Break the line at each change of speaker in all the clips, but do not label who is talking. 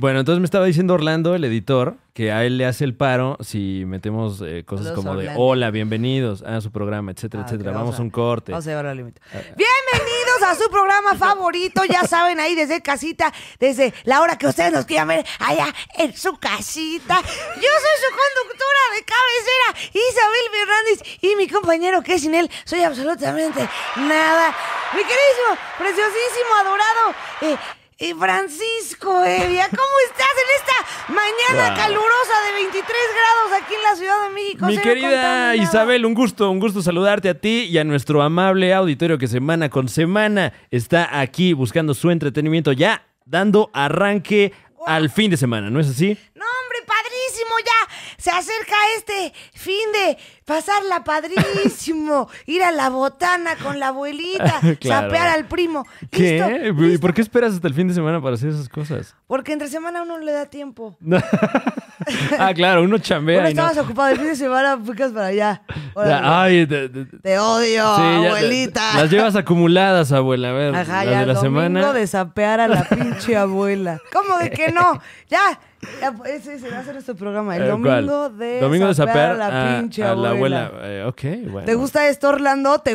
Bueno, entonces me estaba diciendo Orlando, el editor, que a él le hace el paro si metemos eh, cosas
Los
como de
Orlando.
hola, bienvenidos a su programa, etcétera,
Ah,
etcétera.
ok,
Vamos
vamos
a
a-
un corte.
Vamos a llevarlo al límite.
Eh.
Bienvenidos a su programa favorito. Ya saben, ahí desde casita, desde la hora que ustedes nos quieran ver, allá en su casita. Yo soy su conductora de cabecera, Isabel Fernández, y mi compañero que sin él soy absolutamente nada. Mi queridísimo, preciosísimo, adorado. eh, eh, Francisco Evia, ¿cómo estás en esta mañana
Wow.
calurosa de 23 grados aquí en la Ciudad de México?
Mi
cero
querida
contaminado?
Isabel, un gusto, un gusto saludarte a ti y a nuestro amable auditorio que semana con semana está aquí buscando su entretenimiento, ya dando arranque al fin de semana, ¿no es así?
No, hombre, padrísimo, ya se acerca este fin de pasarla padrísimo, ir a la botana con la abuelita,
Claro.
sapear al primo.
¿Qué?
¿Listo?
¿Y por qué esperas hasta el fin de semana para hacer esas cosas?
Porque entre semana uno le da tiempo.
ah, claro, uno chambea
Uno
y no. Ah,
estabas ocupado el fin de semana, picas para allá. Órale.
Ay, de- de-
Te odio,
Sí, ya,
abuelita.
Las llevas acumuladas, abuela. A ver,
Ajá,
las
ya
de la
domingo
semana.
de sapear a la pinche abuela. ¿Cómo de que no? Ya, ya, ese se va a hacer nuestro programa. El
Eh, ¿cuál?
domingo de
Domingo de
sapear, a la
a-
pinche
a la
abuela.
Eh, ok, bueno.
¿Te gusta esto, Orlando? ¿Te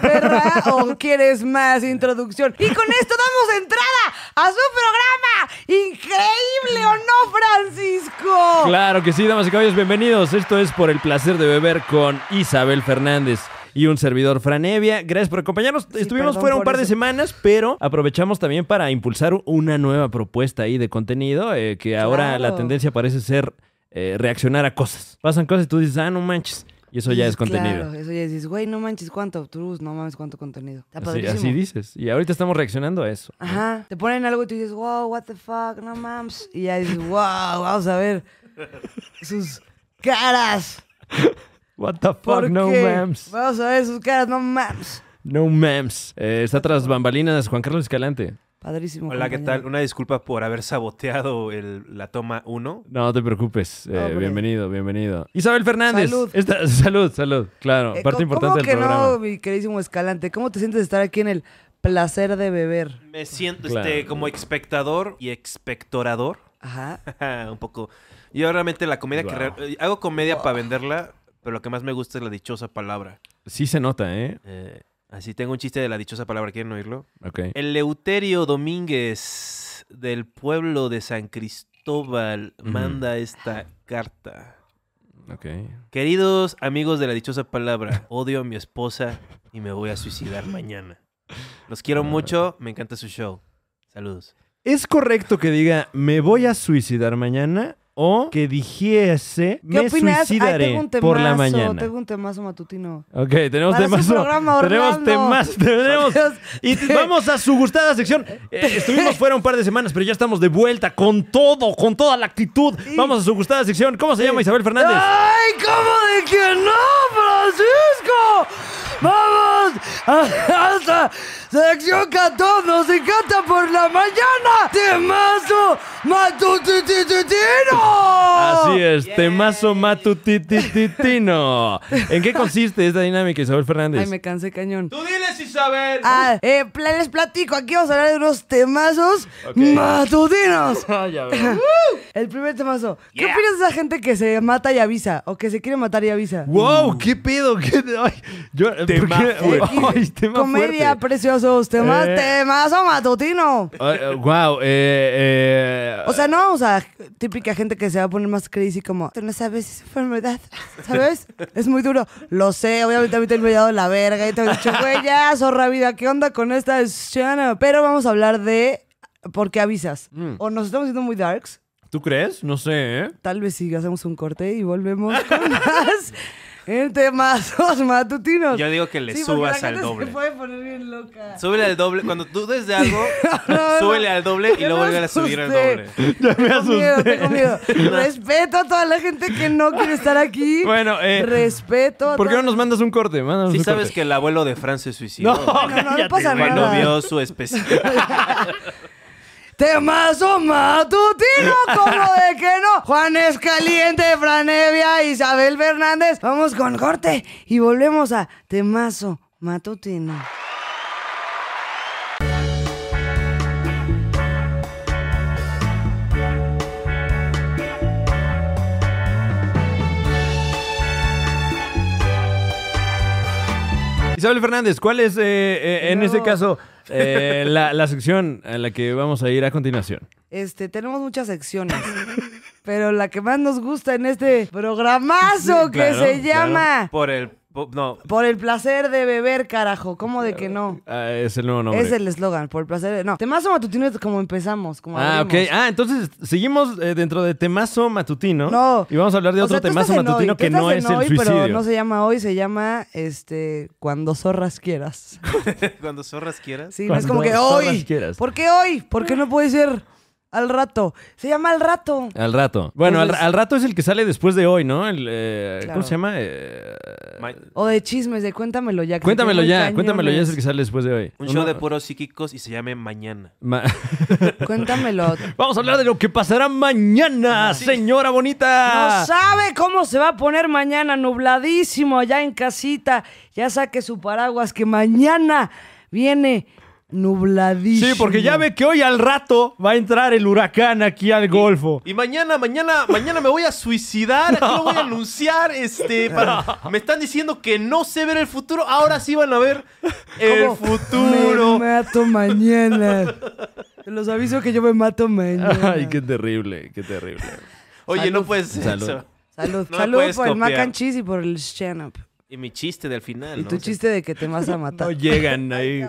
perra? ¿O quieres más introducción? Y con esto damos entrada a su programa. Increíble, ¿o no, Francisco?
Claro que sí, damas y caballos, bienvenidos. Esto es por el placer de beber con Isabel Fernández. Y un servidor, Franevia. Gracias por acompañarnos. Estuvimos
perdón
fuera un
por
par de
eso.
semanas, pero aprovechamos también para impulsar una nueva propuesta ahí de contenido, eh, que ahora
Claro.
la tendencia parece ser eh, reaccionar a cosas. Pasan cosas y tú dices, ah, no manches. Y eso ya es contenido.
Claro, eso ya dices, güey, no manches cuánto, Truz, no mames cuánto contenido. Está
Así,
padrísimo.
así dices. Y ahorita estamos reaccionando a eso.
Ajá. Te ponen algo y tú dices, wow, what the fuck, no mames. Y ya dices, wow, vamos a ver sus caras.
What the fuck,
¿Por
no
qué?
mams.
Vamos a ver sus caras, no mames.
No mams. Eh, está tras bambalinas Juan Carlos Escalante.
Padrísimo.
Hola, ¿qué
compañero.
tal? Una disculpa por haber saboteado el- la toma 1.
No te preocupes. Eh,
Hombre.
bienvenido, bienvenido. Isabel Fernández.
Salud.
Esta- salud, salud. Claro,
Eh,
parte
¿cómo-
importante
¿Cómo
del
que
programa.
no, mi queridísimo Escalante? ¿Cómo te sientes de estar aquí en el placer de beber?
Me siento
Claro.
este, como espectador y expectorador.
Ajá.
un poco. Yo realmente la comedia que...
Wow.
re- eh, hago comedia para venderla, pero lo que más me gusta es la dichosa palabra.
Sí se nota, ¿eh?
Eh, así tengo un chiste de la dichosa palabra, ¿quieren oírlo?
Ok.
Eleuterio Domínguez del pueblo de San Cristóbal
Ujú.
manda esta carta.
Ok.
Queridos amigos de la dichosa palabra, odio a mi esposa y me voy a suicidar mañana. Los quiero mucho, me encanta su show. Saludos.
¿Es correcto que diga me voy a suicidar mañana? O que dijese
¿Qué
me
opinas? Ay,
suicidaré
tengo un temazo,
por la mañana.
Tengo un temazo matutino.
Ok, tenemos
Para su
temas.
programa,
Tenemos
Orlando.
temas. Tenemos
Dios,
Y t- vamos a su gustada sección. Eh, estuvimos fuera un par de semanas, pero ya estamos de vuelta con todo, con toda la actitud. Vamos a su gustada sección. ¿Cómo se llama Isabel Fernández?
¡Ay, cómo de que no, Francisco! ¡Vamos! a- ¡Hasta sección 14! ¡Nos encanta por la mañana! ¡Temazo matutitititino!
Así es, temazo matutitititino. ¿En qué consiste esta dinámica, Isabel Fernández?
Ay, me cansé cañón.
Tú diles Isabel.
Ah, eh, pla- les platico, aquí vamos a hablar de unos temazos matutinos.
Ah, ya veo.
El primer temazo. ¿Qué opinas de esa gente que se mata y avisa? O que se quiere matar y avisa.
wow, qué pedo. qué- ay, yo- ¿por qué?
Tema fuerte.
Ay, tema
Comedia,
fuerte.
preciosos, temas,
Eh.
temazo matutino.
Ay, eh, wow, eh, eh,
O sea, no, o sea, típica gente que se va a poner más crazy como, tú no sabes esa enfermedad, ¿sabes? Es muy duro. Lo sé, obviamente a mí te he enviado la verga y te he dicho, güey, ya, zorra vida, ¿qué onda con esta escena? Pero vamos a hablar de por qué avisas.
Mm.
O nos estamos yendo muy darks,
¿tú crees? No sé, ¿eh?
tal vez sí, hacemos un corte y volvemos con más en temazos matutinos.
Yo digo que le
Sí, porque
subas
la
al
gente
doble.
Se puede poner bien loca.
Súbele al doble. Cuando dudes de algo,
no.
súbele al doble y
Ya
luego
me
vuelve a subir al
asusté.
doble.
Ya me
Tengo
asusté.
miedo, tengo miedo. Respeto a toda la gente que no quiere estar aquí.
Bueno, eh,
Respeto. a
¿Por qué no
toda-
nos mandas un corte? Mándanos
Sí
un
sabes
corte.
que el abuelo de Fran se suicidó.
No,
¿verdad?
no, no
cállate,
pasa
güey.
Cuando
nada.
vio su especial.
Temazo matutino, como de que no. Juan es caliente, Franevia, Isabel Fernández. Vamos con corte y volvemos a Temazo matutino.
Isabel Fernández, ¿cuál es eh, eh, en
No.
ese caso eh, la, la sección a la que vamos a ir a continuación?
Este, tenemos muchas secciones. pero la que más nos gusta en este programazo
Sí,
que
claro,
se llama
Por el. po- No,
Por el placer de beber, carajo. ¿Cómo de que no?
Ah, es el nuevo nombre.
Es el eslogan, por el placer de. No, temazo matutino es como empezamos. Como
Ah, ok.
abrimos.
Ah, entonces seguimos eh, dentro de temazo matutino.
No.
Y vamos a hablar de
O
otro
sea, tú
temazo
estás en
matutino
hoy, tú
que no
estás
es
en
el
hoy,
suicidio.
Pero no se llama hoy, se llama este Cuando zorras quieras.
cuando zorras quieras.
Sí, no es como
Cuando
que
zorras
hoy.
quieras.
¿Por qué hoy? ¿Por qué no puede ser al rato? Se llama al rato.
Al rato. Bueno, al,
Entonces-
al rato es el que sale después de hoy, ¿no? El, eh,
Claro.
¿Cómo se llama? Eh,
Ma-
O de chismes, de cuéntamelo ya. que
cuéntamelo
se quedan
ya,
muy ¿eh?
cuéntamelo ya es el que
cañones.
sale después de hoy.
Un show
Uno-
de puros psíquicos y se llame Mañana.
Ma-
Cuéntamelo.
Vamos a hablar de lo que pasará mañana, señora bonita.
No sabe cómo se va a poner mañana, nubladísimo allá en casita. Ya saque su paraguas que mañana viene nubladísimo.
Sí, porque ya ve que hoy al rato va a entrar el huracán aquí al Golfo.
Y mañana, mañana, mañana me voy a suicidar. Aquí lo voy a anunciar. Este, para- me están diciendo que no sé ver el futuro. Ahora sí van a ver el
¿Cómo?
futuro.
Me mato mañana. Te los aviso que yo me mato mañana.
Ay, qué terrible, qué terrible.
Oye,
Salud.
no puedes ser
Salud.
eso.
Salud,
No me
salud por
puedes
el mac
copiar.
and cheese y por el stand-up.
Y mi chiste del final.
Y
¿no?
tu
O sea,
chiste de que te vas a matar.
No llegan ahí.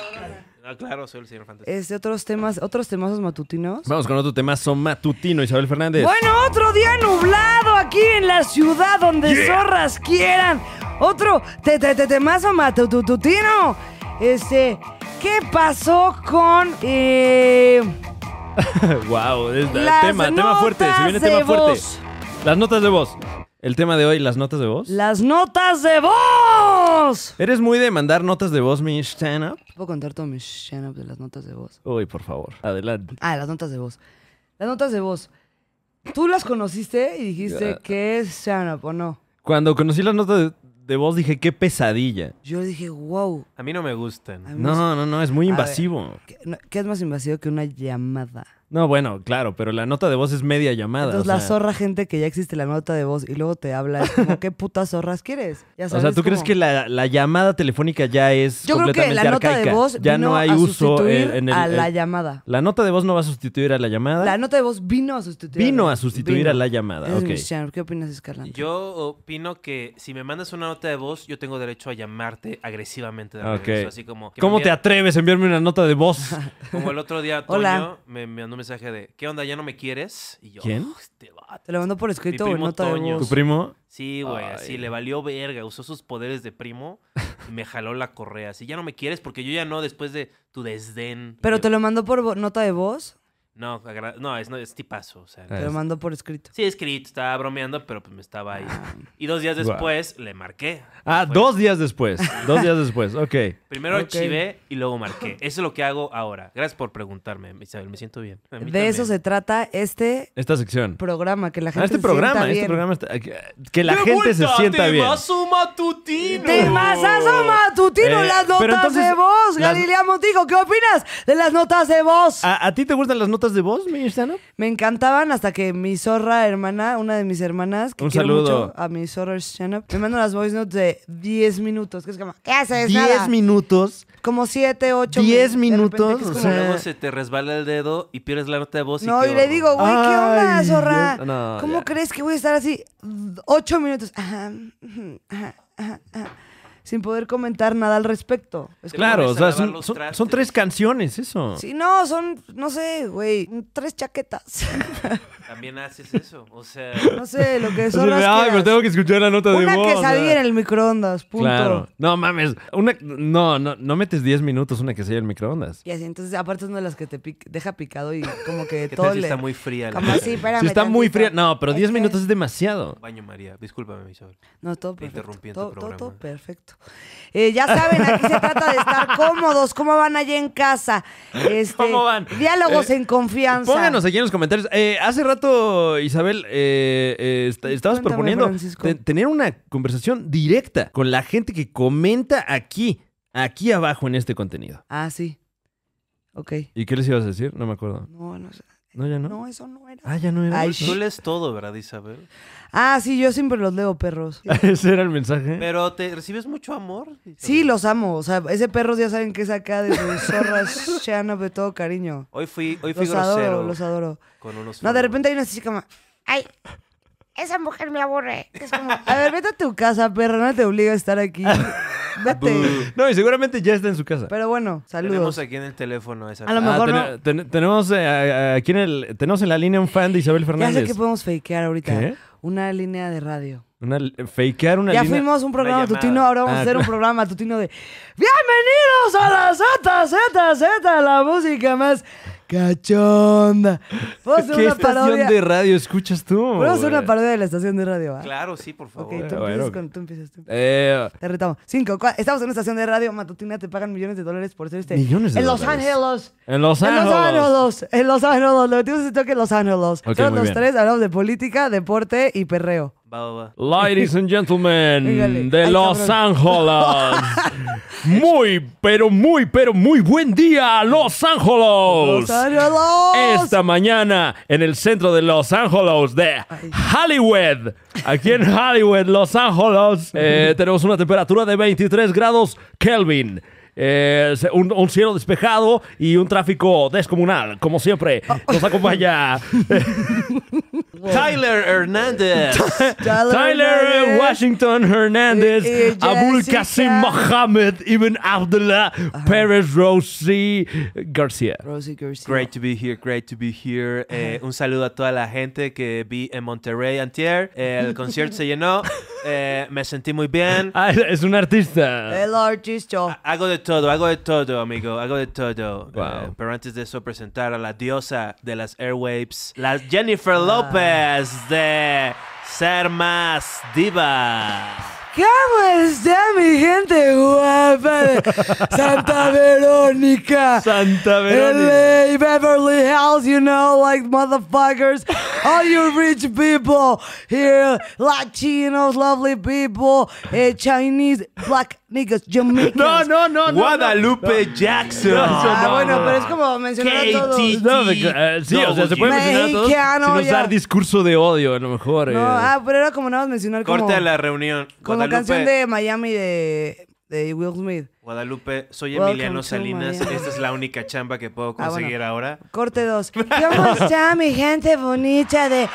Ah, claro, soy el señor fantasma.
Este, otros temas, otros temazos matutinos.
Vamos con otro tema matutino, Isabel Fernández.
Bueno, otro día nublado aquí en la ciudad donde zorras quieran. Otro te te te temazo matututino. Este, ¿qué pasó con eh,
wow, es-
las
tema, tema fuerte, se viene
notas
tema
de
fuerte.
voz?
Las notas de voz. El tema de hoy, las notas de voz.
las notas de voz?
¿Eres muy de mandar notas de voz, mi stand-up?
¿Puedo contar todo mi stand-up de las notas de voz?
Uy, por favor, adelante.
Ah, las notas de voz. Las notas de voz. Tú las conociste y dijiste
Ya.
que es stand-up o no.
Cuando conocí las notas de, de voz dije, qué pesadilla.
Yo dije, wow.
A mí no me
a
gustan.
mí me
No, no, no, es muy
A ver.
invasivo.
¿Qué, no- qué es más invasivo que una llamada?
No, bueno, claro, pero la nota de voz es media llamada.
Entonces
o
la
sea.
zorra gente que ya existe la nota de voz y luego te habla es como qué putas zorras quieres. Ya
O
sabes,
sea, ¿tú
es
crees
como-
que la, la llamada telefónica ya es
yo creo que
completamente
la nota de
arcaica?
voz
ya
vino
no hay
a
uso
sustituir
en, en el, eh,
a la
el-
llamada.
la nota de voz no va a sustituir a la llamada.
La nota de voz vino a sustituir.
¿Ah? Vino a sustituir a la llamada,
Ese es
ok.
mi channel. ¿Qué opinas, Escarlata?
Yo opino que si me mandas una nota de voz, yo tengo derecho a llamarte agresivamente de
Ah, Ok.
regreso, Así como. que me
¿Cómo te
envía-
atreves a enviarme una nota de voz?
Como el otro día, Toño
Hola.
me, me mandó un mensaje de: ¿Qué onda? ¿Ya no me quieres? Y yo,
¿Quién?
Este vato.
Te lo mando por escrito o en
Mi primo
nota de
Toño.
¿Tu
voz.
primo?
Sí, güey,
Ay.
así le valió verga, usó sus poderes de primo y me jaló la correa. Así ya no me quieres porque yo ya no después de tu desdén.
Pero
Yo-
te lo mando por vo- nota de voz,
No, agra- no, es, no, es tipazo, o sea. no.
Ah.
te lo mando por escrito.
Sí, escrito, estaba bromeando, pero pues me estaba ahí. Y dos días
Guau.
después le marqué.
Ah,
Fue-
dos días después. Dos días después, ok.
Primero
Ok.
chivé y luego marqué. Eso es lo que hago ahora. Gracias por preguntarme, Isabel, me siento bien. A mí
De eso se
también.
trata este
Esta sección.
programa que la gente
Ah, este
se
programa,
sienta
este
bien.
programa está- que la
¡De
gente se
vuelta,
sienta bien.
Temazo matutino!
Temazazo matutino,
Eh,
las
pero
notas de
entonces,
voz.
las- Ah.
Galilea Montijo, ¿qué opinas de las notas de voz?
¿A, a ti te gustan las notas de voz, mi stand-up?
Me encantaban hasta que mi zorra hermana, una de mis hermanas, que
Un
quiero
saludo.
mucho a mi zorra Shannon, me manda unas voice notes de 10 minutos, que es como, ¿qué haces? Pues Nada.
Diez minutos.
como 7, 8
10 minutos,
Y
o sea,
luego se te resbala el dedo y pierdes la nota de voz.
no,
y qué
y le
horror.
digo, güey, ¿qué onda,
Ay,
zorra?
Dios, no,
¿Cómo
ya.
crees que voy a estar así 8 minutos? Ajá, ujú, ajá, ajá, ajá, sin poder comentar nada al respecto. Es como,
Claro, o
pones a
sea,
lavar
son,
los
son- son
trastes.
tres canciones, eso.
Sí, no, son, no sé, güey, tres chaquetas.
También haces eso. O sea,
no sé, lo que
O sea,
zorras
ay, pero
quieras.
tengo que escuchar la nota de
Una
voz. o sea.
quesadilla en el microondas, punto.
Claro. No mames. Una, no, no, no metes 10 minutos una quesadilla en el microondas.
Y así, entonces, aparte es una de las que te pic- deja picado y como que
¿qué tal
todo
si
le...
está muy fría? la
Como así,
nota?
espérame
Si está muy
tantito. Este,
fría. No, pero 10 minutos es demasiado.
Baño María, discúlpame, Isabel.
No, todo
Te
perfecto.
interrumpí en tu
todo, todo, todo
programa.
perfecto. Eh, ya saben, aquí se trata de estar cómodos. ¿Cómo van allá en casa? Este,
¿Cómo van?
Diálogos
Eh,
en confianza.
Pónganos aquí en los comentarios. Eh, hace rato, Isabel, eh, eh, est- estabas
Cuéntame,
proponiendo
Francisco.
te- tener una conversación directa con la gente que comenta aquí, aquí abajo en este contenido.
Ah, sí. Ok.
¿Y qué les ibas a decir? No me acuerdo.
No, no sé.
No, ya no.
No, eso no era.
Ah, ya no era.
Ay,
eso.
Tú lees todo, ¿verdad, Isabel?
Ah, sí, yo siempre los leo, perros.
Ese era el mensaje.
Pero te recibes mucho amor. Isabel?
Sí, los amo. O sea, ese perro ya saben que es acá de sus zorras cheanas de todo cariño.
Hoy fui, hoy fui
Los
grosero
adoro, los adoro.
con unos.
No, de
fanboys.
repente hay una chica como, ay, esa mujer me aburre. Es como, a ver, vete a tu casa, perro, no te obliga a estar aquí. Vete.
No, y seguramente ya está en su casa.
Pero bueno,
Tenemos
saludos.
aquí en el teléfono a esa.
A lo mejor
Ah, ten- ten- tenemos eh, a- a- aquí en el, tenemos en la línea un fan de Isabel
Ya sé
Fernández.
que podemos fakear ahorita.
¿Qué?
Una línea de radio.
Una, fakear una
ya
línea.
fuimos un programa
llamada.
tutino, ahora vamos
Ah,
a hacer un
claro.
programa tutino de Bienvenidos a la Z, Z, Z, la música más cachonda. Vamos a hacer
¿Qué
una
estación
parodia.
de radio escuchas tú?
Vamos a hacer una
güey?
parodia de la estación de radio. ¿va?
Claro, sí, por favor.
Ok, tú
Bueno,
empiezas
ok.
con- tú empiezas, tú.
Eh,
Te retamos. Cinco, cua- estamos en una estación de radio matutina, te pagan millones de dólares por ser este.
Millones de
en
dólares.
En Los Ángeles.
en Los
En Los
Ángeles.
Ángeles. En Los Ángeles. Lo metimos ese toque en Los Ángeles.
Ok,
Son
muy
los
bien.
tres, hablamos de política, deporte y perreo.
Va, va, va.
Ladies and
Dígale.
gentlemen de
Ay,
Los Ángeles. Muy, pero muy, pero muy buen día, Los Ángeles.
Los Ángeles.
Esta mañana en el centro de Los Ángeles de Hollywood. Aquí en Hollywood, Los Ángeles, eh, tenemos una temperatura de 23 grados Kelvin. Eh, se- un, un cielo despejado y un tráfico descomunal, como siempre.
Ah.
Nos acompaña
Tyler Hernández.
Tyler
Hernández.
Washington Hernández,
Y- y
Abul
Jessica.
Qasim Mohammed, Ibn Abdullah, Pérez Rossi García.
Rosie García.
Great to be here, great to be here. Eh, un saludo a toda la gente que vi en Monterrey antier. El concierto se llenó. Eh, me sentí muy bien.
Ah, es- es un artista.
El
Ah.
artista.
Hago de todo, hago de todo, amigo, hago de todo.
Wow.
Eh, pero antes de eso, presentar a la diosa de las airwaves, la Jennifer López de Ser Más Diva.
¿Cómo está mi gente guapa de Santa Verónica?
Santa Verónica.
LA, Beverly Hills, you know, like motherfuckers. All you rich people here, Latinos, lovely people, eh, Chinese, black niggas, Jamaicans.
No, no, no, no.
Guadalupe Jackson.
No, eso
Ah,
no,
bueno,
no,
pero
no.
es como mencionar a todos.
Katie.
No, de- eh, sí, o sea, se puede mencionar a todos
Mexicano,
sin
ya.
usar discurso de odio, a lo mejor.
No,
eh.
ah, pero era como nada más mencionar como,
Corte de la reunión.
como
Guadalupe,
canción de Miami de, de Will Smith.
Guadalupe, soy
Welcome
Emiliano
to
Salinas.
Miami.
Esta es la única chamba que puedo
Ah, bueno.
conseguir ahora.
Corte 2. ¿Cómo está mi gente bonita de...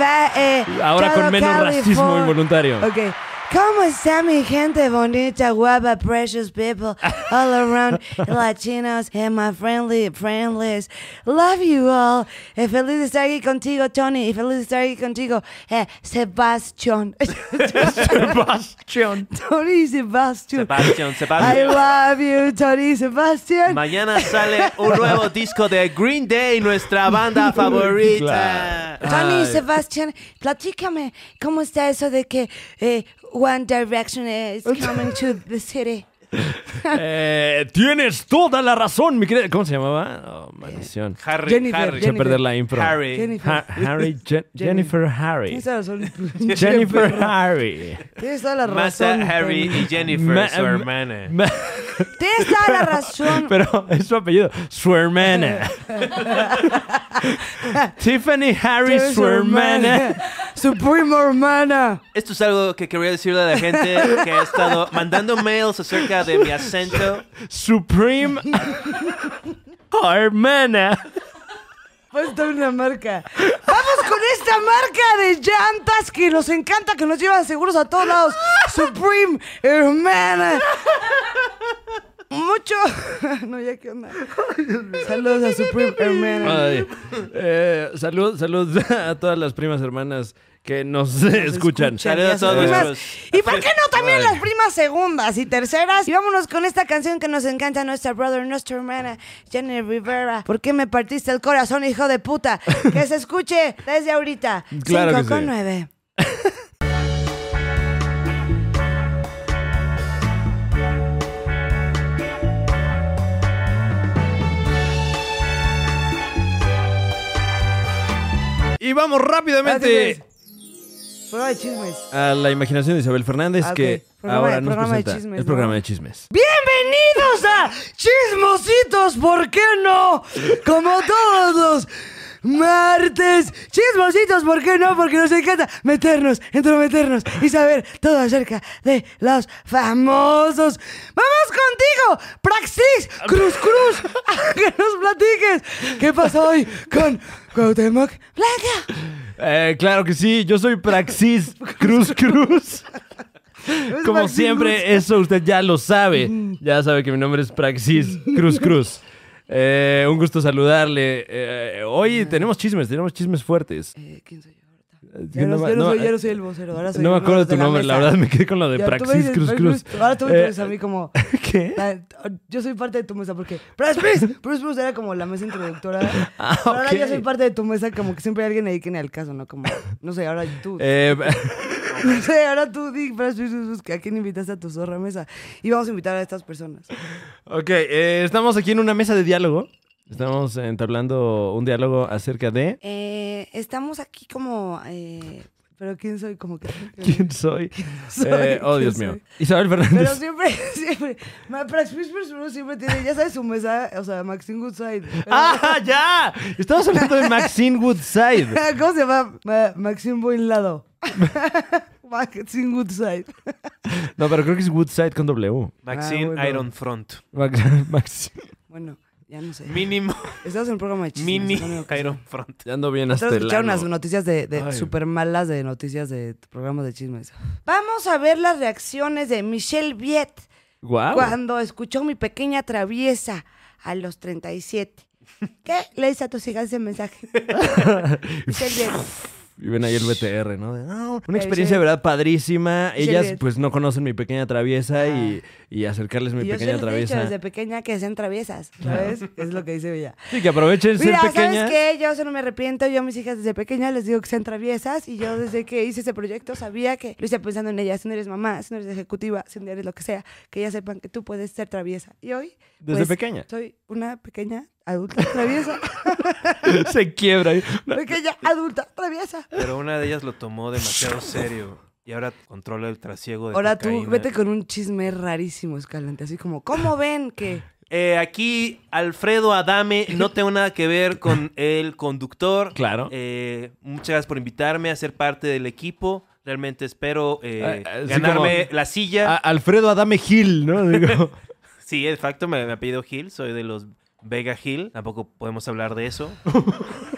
va, eh,
Ahora
todo
con menos racismo
California?
involuntario.
Ok. ¿Cómo está mi gente bonita, guapa, precious people all around, latinos and my friendly, friendlies? Love you all. Eh, feliz de estar aquí contigo, Tony. Y feliz de estar aquí contigo, eh, Sebastián.
Sebastián.
Tony y Sebastián.
Sebastián,
I
Sebastián.
love you, Tony y Sebastián.
Mañana sale un nuevo disco de Green Day, nuestra banda favorita.
Claro.
Tony
Ay.
y Sebastián, platícame, ¿cómo está eso de que eh, One Direction is coming to the city?
Eh, tienes toda la razón, mi querida. ¿Cómo se llamaba? Oh, maldición.
Harry,
Jennifer,
Harry.
Eché a
Jennifer.
perder la impro.
Harry.
Jennifer.
Ha- Harry, Je- Jennifer Harry.
Tienes toda la razón.
Jennifer Harry.
Tienes toda la
Massa,
razón.
Harry
Tony.
y Jennifer,
Ma-
su
ma-
hermana.
ma-
Tienes toda la razón.
Pero es su apellido. Su hermana. Tiffany Harry,
Eres
su hermana.
Su prima hermana.
Esto es algo que quería decirle a la gente que ha estado mandando mails acerca de mi acento.
Ah,
Supreme Hermana.
Pues está una marca. Vamos con esta marca de llantas que nos encanta, que nos llevan seguros a todos lados. Supreme, hermana. Mucho. No, ya qué onda. Saludos a Supreme, hermana.
Ay, eh, salud, salud a todas las primas hermanas que nos, eh, escuchan.
Saludos a todos
Primas-
nuestros-
¿Y por qué no también las primas segundas y terceras? Y vámonos con esta canción que nos encanta nuestra brother, nuestra hermana, Jenny Rivera. ¿Por qué me partiste el corazón, hijo de puta? Que se escuche desde ahorita.
Claro que
Cinco con
sí.
nueve.
Y vamos rápidamente
Así Prueba de chismes.
a la imaginación de Isabel Fernández
Ah, ok.
que
Programa-
ahora nos
programa de
presenta
chismes,
el
¿no?
programa de chismes.
Bienvenidos Bienvenidos a Chismositos, ¿por qué no? Como todos los martes. Chismositos, ¿por qué no? Porque nos encanta meternos, entrometernos y saber todo acerca de los famosos. Vamos contigo, Praxis Cruz Cruz, a que nos platiques qué pasó hoy con Cuauhtémoc Blanca.
Eh, claro que sí, yo soy Praxis Cruz Cruz.
Es
Como
Maxi Cruz.
siempre, eso usted ya lo sabe. Ya sabe que mi nombre es Praxis Cruz Cruz. Eh, un gusto saludarle. Eh, hoy tenemos chismes, tenemos chismes fuertes.
Eh, ¿Quién soy yo?
Que
Ya no,
me-
ya no soy, ya
eh,
no soy el vocero. Ahora soy
no me
el
acuerdo
voz de
tu nombre, la
mesa.
verdad me quedé con lo de
Ya, tú me
Praxis
dices,
Cruz
Praxis
Cruz.
Ahora tú me
Eh,
dices a mí como.
¿Qué?
la- oh, yo soy parte de tu mesa porque. Bruce Bruce, Bruce Bruce era como la mesa introductora.
Ah,
Pero ahora yo
ok.
soy parte de tu mesa, como que siempre hay alguien ahí que ni al caso, ¿no? Como. No sé, ahora tú.
Eh,
No sé, ahora tú, di, Bruce Bruce, Bruce, Bruce, ¿a quién invitaste a tu zorra mesa? Y vamos a invitar a estas personas.
ok, eh, estamos aquí en una mesa de diálogo. Estamos entablando un diálogo acerca de
Eh, estamos aquí como. eh, pero quién soy, como que.
quién soy.
soy?
Eh, oh,
¿Quién
Dios
soy?
mío. Isabel
Pero
Fernández.
siempre, siempre, ma- Prax Fish Fish Fish siempre tiene, ya sabes, su mesa, o sea, Maxine Goodside.
¡Ah, ya! Estamos hablando de Maxine Woodside.
¿Cómo se llama? Ma- Maxine Boilado. Maxine Goodside.
No, pero creo que es Woodside con W.
Maxine
Ah, bueno.
Iron Front.
Max- Maxine.
Bueno, ya no sé.
Mínimo,
Estamos en un programa de chismes.
mini
no me acuerdo.
Iron Front.
Ya ando bien hasta
Ustedes
el
escucharon
ano.
las noticias de,
Ay.
de super malas de noticias de programas de chismes. Vamos a ver las reacciones de Michelle Viet.
Guau.
cuando escuchó mi pequeña traviesa a los 37. ¿Qué? Le dice a tus hijas ese mensaje. Michelle Viet.
Y ven ahí el BTR, ¿no? De, "Ah, una
Michelle-
experiencia de verdad padrísima.
Michelle
Ellas
Viet.
pues no conocen mi pequeña traviesa y, y acercarles mi
Ah. Y yo se
pequeña
los he dicho
traviesa.
desde pequeña que sean traviesas, ¿sabes? es lo que dice ella.
Sí, que aprovechen
Mira,
ser pequeñas.
¿sabes qué? Yo eso no me arrepiento. Yo a mis hijas desde pequeña les digo que sean traviesas y yo desde que hice ese proyecto sabía que lo hice pensando en ellas. Si no eres mamá, si no eres ejecutiva, si no eres lo que sea, que ellas sepan que tú puedes ser traviesa. Y hoy...
Desde
pues,
pequeña.
Soy una pequeña adulta traviesa.
Se quiebra. ahí.
pequeña adulta traviesa.
Pero una de ellas lo tomó demasiado serio. Y ahora controla el trasiego de
Ahora tú
Pues cocaína.
vete con un chisme rarísimo, Escalante. Así como, ¿cómo ven que...?
Eh, aquí Alfredo Adame, no tengo nada que ver con el conductor.
Claro.
Eh, muchas gracias por invitarme a ser parte del equipo. Realmente espero eh,
Ah, ah, sí,
ganarme
como-
la silla.
A- Alfredo Adame Gil, ¿no? Digo,
Sí, de facto me, me apellido Hill, soy de los Vega Hill. Tampoco podemos hablar de eso.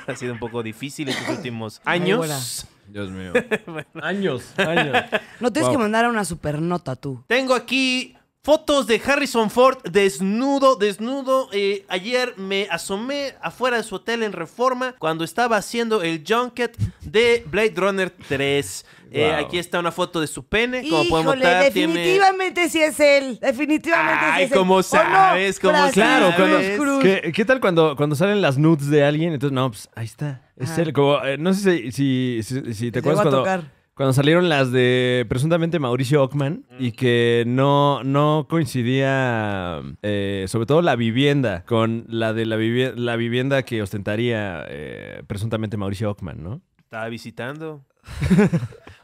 ha sido un poco difícil estos últimos
hola.
años.
Dios mío. Años, años.
No tienes
Wow.
que mandar a una supernota tú.
Tengo aquí fotos de Harrison Ford desnudo, desnudo. Eh, ayer me asomé afuera de su hotel en Reforma cuando estaba haciendo el junket de Blade Runner 3. Eh,
Wow.
Aquí está una foto de su pene. Como podemos
Híjole,
notar, tiene-
definitivamente sí es él. Definitivamente sí
Ay,
es él.
¿cómo
¿O no?
sabes? ¿Cómo
Brasil,
Claro,
Sí,
cuando,
Cruz, Cruz.
¿qué, qué tal cuando, cuando salen las nudes de alguien? Entonces, no, pues ahí está. Es
Ajá.
él. Como, eh, no sé si, si, si- si te
Llegó a
acuerdas cuando,
tocar.
cuando salieron las de presuntamente Mauricio Ockman y
Mm.
que no, no coincidía, eh, sobre todo la vivienda, con la de la, vivi- la vivienda que ostentaría eh, presuntamente Mauricio Ockman, ¿no?
Estaba visitando.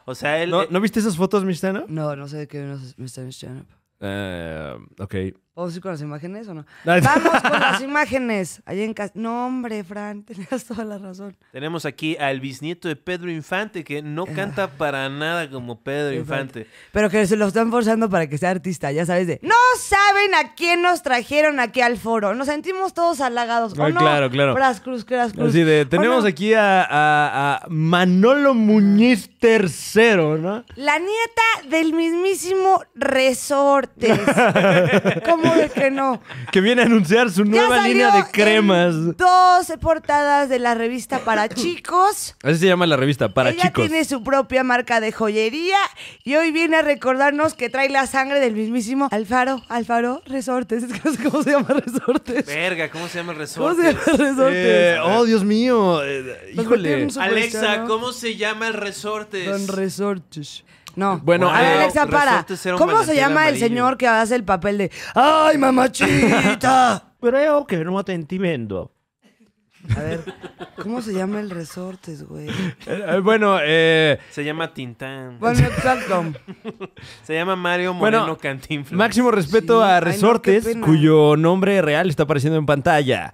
O sea, él... eh,
¿No,
eh,
no viste esas fotos, Mistano?
No, no sé de qué nos me están echando.
Eh, ok.
¿Vamos a ir con las imágenes o no? Vamos con las imágenes. Allá en casa. No, hombre, Fran, tenías toda la razón.
Tenemos aquí al bisnieto de Pedro Infante, que no canta para nada como Pedro
Infante.
Infante.
Pero que se lo están forzando para que sea artista, ya sabes de. No saben a quién nos trajeron aquí al foro. Nos sentimos todos halagados. ¿o
Ah,
no?
claro, claro.
Cras, cruz, cras, cruz.
Así de,
¿O
tenemos
no?
aquí a, a- a Manolo Muñiz III, ¿no?
La nieta del mismísimo Resortes. ¿Cómo de que no?
Que viene a anunciar su
Ya
nueva
salió
línea de
en
cremas.
Dos portadas de la revista para chicos.
Así se llama la revista, para
Ella
chicos.
tiene su propia marca de joyería y hoy viene a recordarnos que trae la sangre del mismísimo Alfaro, Alfaro Resortes. Es que no sé cómo se llama Resortes.
Verga, ¿cómo se llama el
¿Cómo
resorte?
se llama Resortes?
Eh, oh, Dios mío. eh,
Los
híjole.
metieron su-
Alexa,
Superchano.
¿cómo se llama el resorte?
Don Resortes. No.
Bueno,
a ver,
eh,
Alexa, para.
Resortes era un
¿Cómo se
manantial
llama
amarillo.
el señor que hace el papel de ¡Ay, mamachita!
Creo que no te entiendo.
A ver, ¿Cómo se llama el resortes, güey?
Eh, eh, bueno, eh,
Se llama Tintán.
Bueno, exacto.
Se llama Mario
Bueno,
Moreno Cantinflas.
máximo respeto
Sí, ay,
a
no, qué
Resortes,
pena.
cuyo nombre real está apareciendo en pantalla.